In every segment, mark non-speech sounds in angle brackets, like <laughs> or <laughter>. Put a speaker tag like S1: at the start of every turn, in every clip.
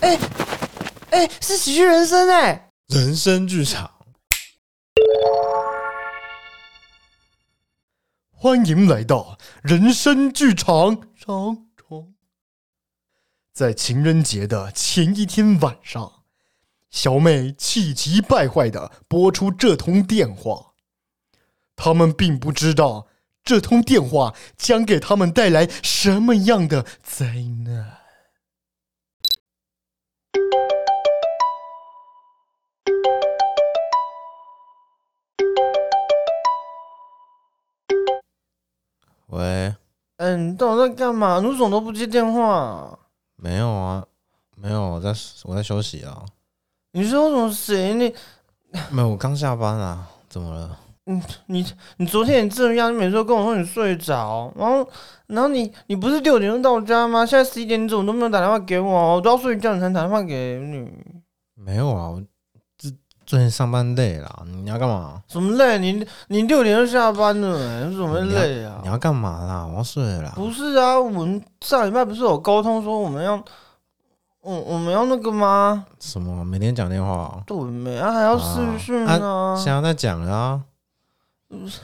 S1: 哎、哎、是喜剧人生哎、
S2: 人生剧场，
S1: 欢迎来到人生剧场，场场。在情人节的前一天晚上，小美气急败坏的拨出这通电话。他们并不知道这通电话将给他们带来什么样的灾难。
S2: 喂，
S3: 哎，你到底在干嘛？你为什么都不接电话、
S2: 没有啊，没有，我在我在休息啊，
S3: 你是有什么谁？你
S2: 没有，我刚下班啊，怎么了？
S3: 你你昨天你这样，你每次都跟我说你睡着，然后然后你你不是六点钟到家吗？现在十一点，你怎么都没有打电话给我？我都要睡觉你才打电话给你，
S2: 没有啊，我最最近上班累了，你要干嘛？
S3: 怎么累？你你六点就下班了、哎你怎么会
S2: 你要
S3: 累啊
S2: 你？要干嘛啦？我要睡了啦。
S3: 不是啊，我们上礼拜不是有沟通说我们要，我我们要那个吗？
S2: 什么？每天讲电话哦、
S3: 对没啊？还要视讯
S2: 啊
S3: 啊
S2: 现在在讲了啊。
S3: 不是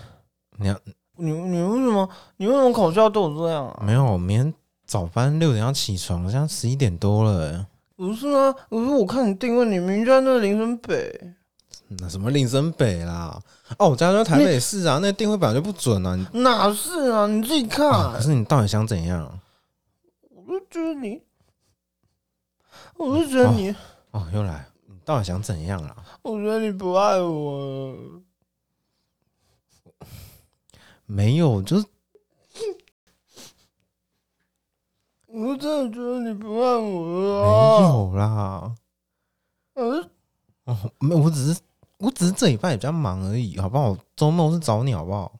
S2: 你要
S3: 你你为什么你为什么口罩对我这样啊？
S2: 没有？我明天早班六点要起床，现在十一点多了、欸
S3: 不是啊，我说我看你定位，你明明就在那林森北。
S2: 那什么林森北啦？哦，我家就在台北市啊，那定位本来就不准啊。你
S3: 哪是啊？你自己看，
S2: 啊可是你到底想怎样？
S3: 我就觉得你，我就觉得你，
S2: 哦，又来，你到底想怎样啊啦？
S3: 我觉得你不爱我了。
S2: 没有，就是
S3: 我真的觉得你不爱我
S2: 没
S3: 了啊、
S2: 有啦。
S3: 我是
S2: 哦，没，我只是我只是这礼拜比较忙而已，好不好？我周末是找你，好不好？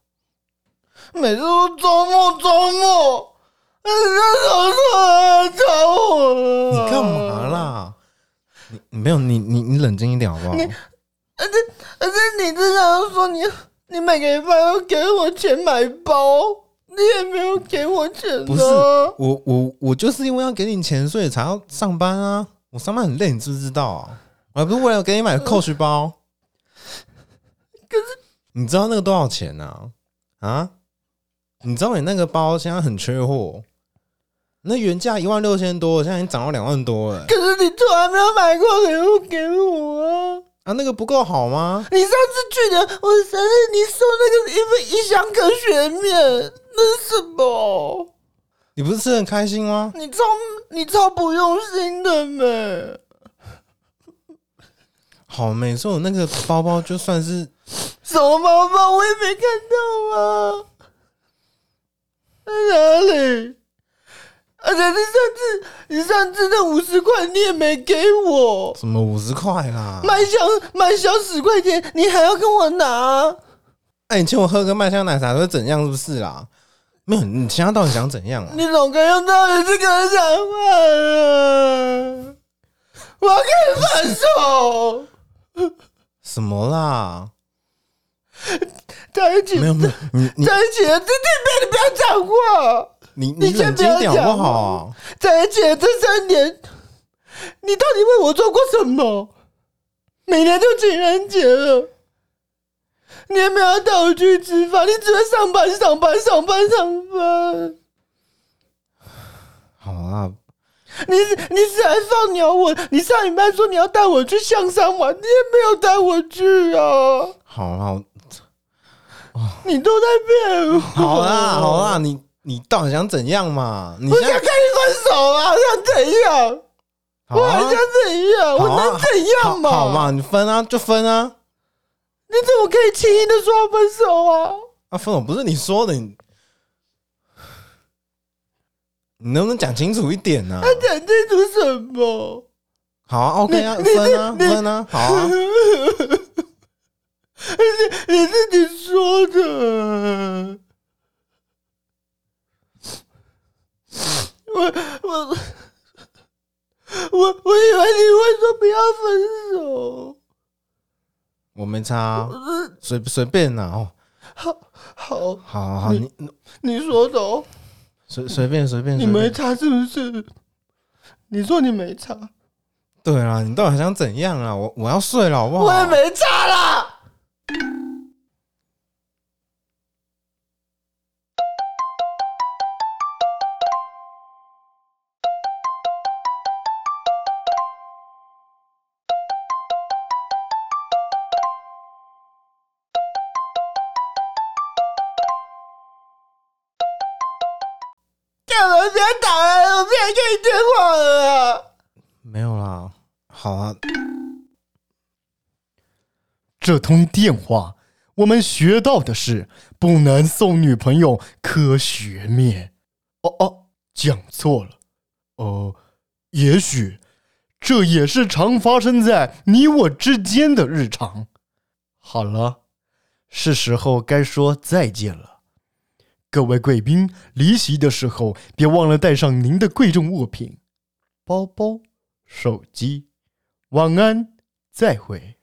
S3: 每次都周末周末，哎你在什么时候来找我了？啊
S2: 你干嘛？啦？你你没有你你你冷静一点好不好？
S3: 而且你之前又说你，你每个礼拜要给我钱买包，你也没有给我钱、啊。
S2: 不是我我我就是因为要给你钱，所以才要上班啊！我上班很累，你知不知道啊？我还不是为了给你买 Coach 包。
S3: 可
S2: 是你知道那个多少钱呢、啊？啊？你知道你那个包现在很缺货，那原价一万六千多，现在已经涨到两万多了欸、
S3: 可是你从来没有买过礼物给我啊！
S2: 啊，那个不够好吗？
S3: 你上次去年我生日，你送那个一份一箱可雪面，那是什么？
S2: 你不是吃得很开心吗？
S3: 你超你超不用心的没？
S2: 好，每次我那个包包就算是
S3: 什么包包我也没看到啊？在哪里？而且你上次你上次那五十块你也没给我，
S2: 什么五十块啦，
S3: 买箱买箱十块钱你还要跟我拿？
S2: 哎、你请我喝个麦香奶茶会怎样？是不是啦？没有，你现在到底想怎样啊？
S3: 你总该用到底是跟人讲话了，我要跟你分手。
S2: 什么啦？
S3: 在一起
S2: 没有没有，你
S3: <laughs>
S2: 你
S3: 在一起了，这这边你不要讲话。
S2: 你你
S3: 你先
S2: 冷
S3: 不
S2: 静一
S3: 要
S2: 点
S3: 讲
S2: 好不好？
S3: 在一起了这三年，你到底为我做过什么？每年都情人节了，你也没有带我去吃饭，你只会上班上班上班上班。
S2: 好啦，
S3: 你你是来放鸟我？你上礼拜说你要带我去象山玩，你也没有带我去啊！
S2: 好啦，
S3: 你都在骗我！
S2: 好
S3: <laughs>
S2: 啦，好啦，，你你到底想怎样嘛？你
S3: 我
S2: 现
S3: 想跟
S2: 在
S3: 你分手啊！想怎样？
S2: 好
S3: 我
S2: 啊
S3: 还想怎样？我
S2: 好啊
S3: 能怎样
S2: 好好嘛，你分啊就分啊，
S3: 你怎么可以轻易的说要分手啊？
S2: 啊分手不是你说的，你你能不能讲清楚一点呢、啊？
S3: 他讲清楚什么？
S2: 好啊，OK 啊，
S3: 你你
S2: 分啊
S3: 你
S2: 分啊，好啊，
S3: <laughs> 你自己说的。我我我我以为你会说不要分手，呃
S2: 我没差、啊，随随便啦、哦，
S3: 好，
S2: 好好好，你
S3: 你说的哦，
S2: 随随便随便，
S3: 你
S2: 随便
S3: 没查是不是？你说你没查，
S2: 对啊，你到底想怎样啊？我我要睡了，好不好？
S3: 我也没差啦。干嘛不要打了？我不想跟你对话了啊！
S2: 没有啦，好啊，
S1: 这通电话，我们学到的是不能送女朋友科学面。哦哦，讲错了。哦、也许这也是常发生在你我之间的日常。好了，是时候该说再见了。各位贵宾，离席的时候别忘了带上您的贵重物品——包包、手机。晚安，再会。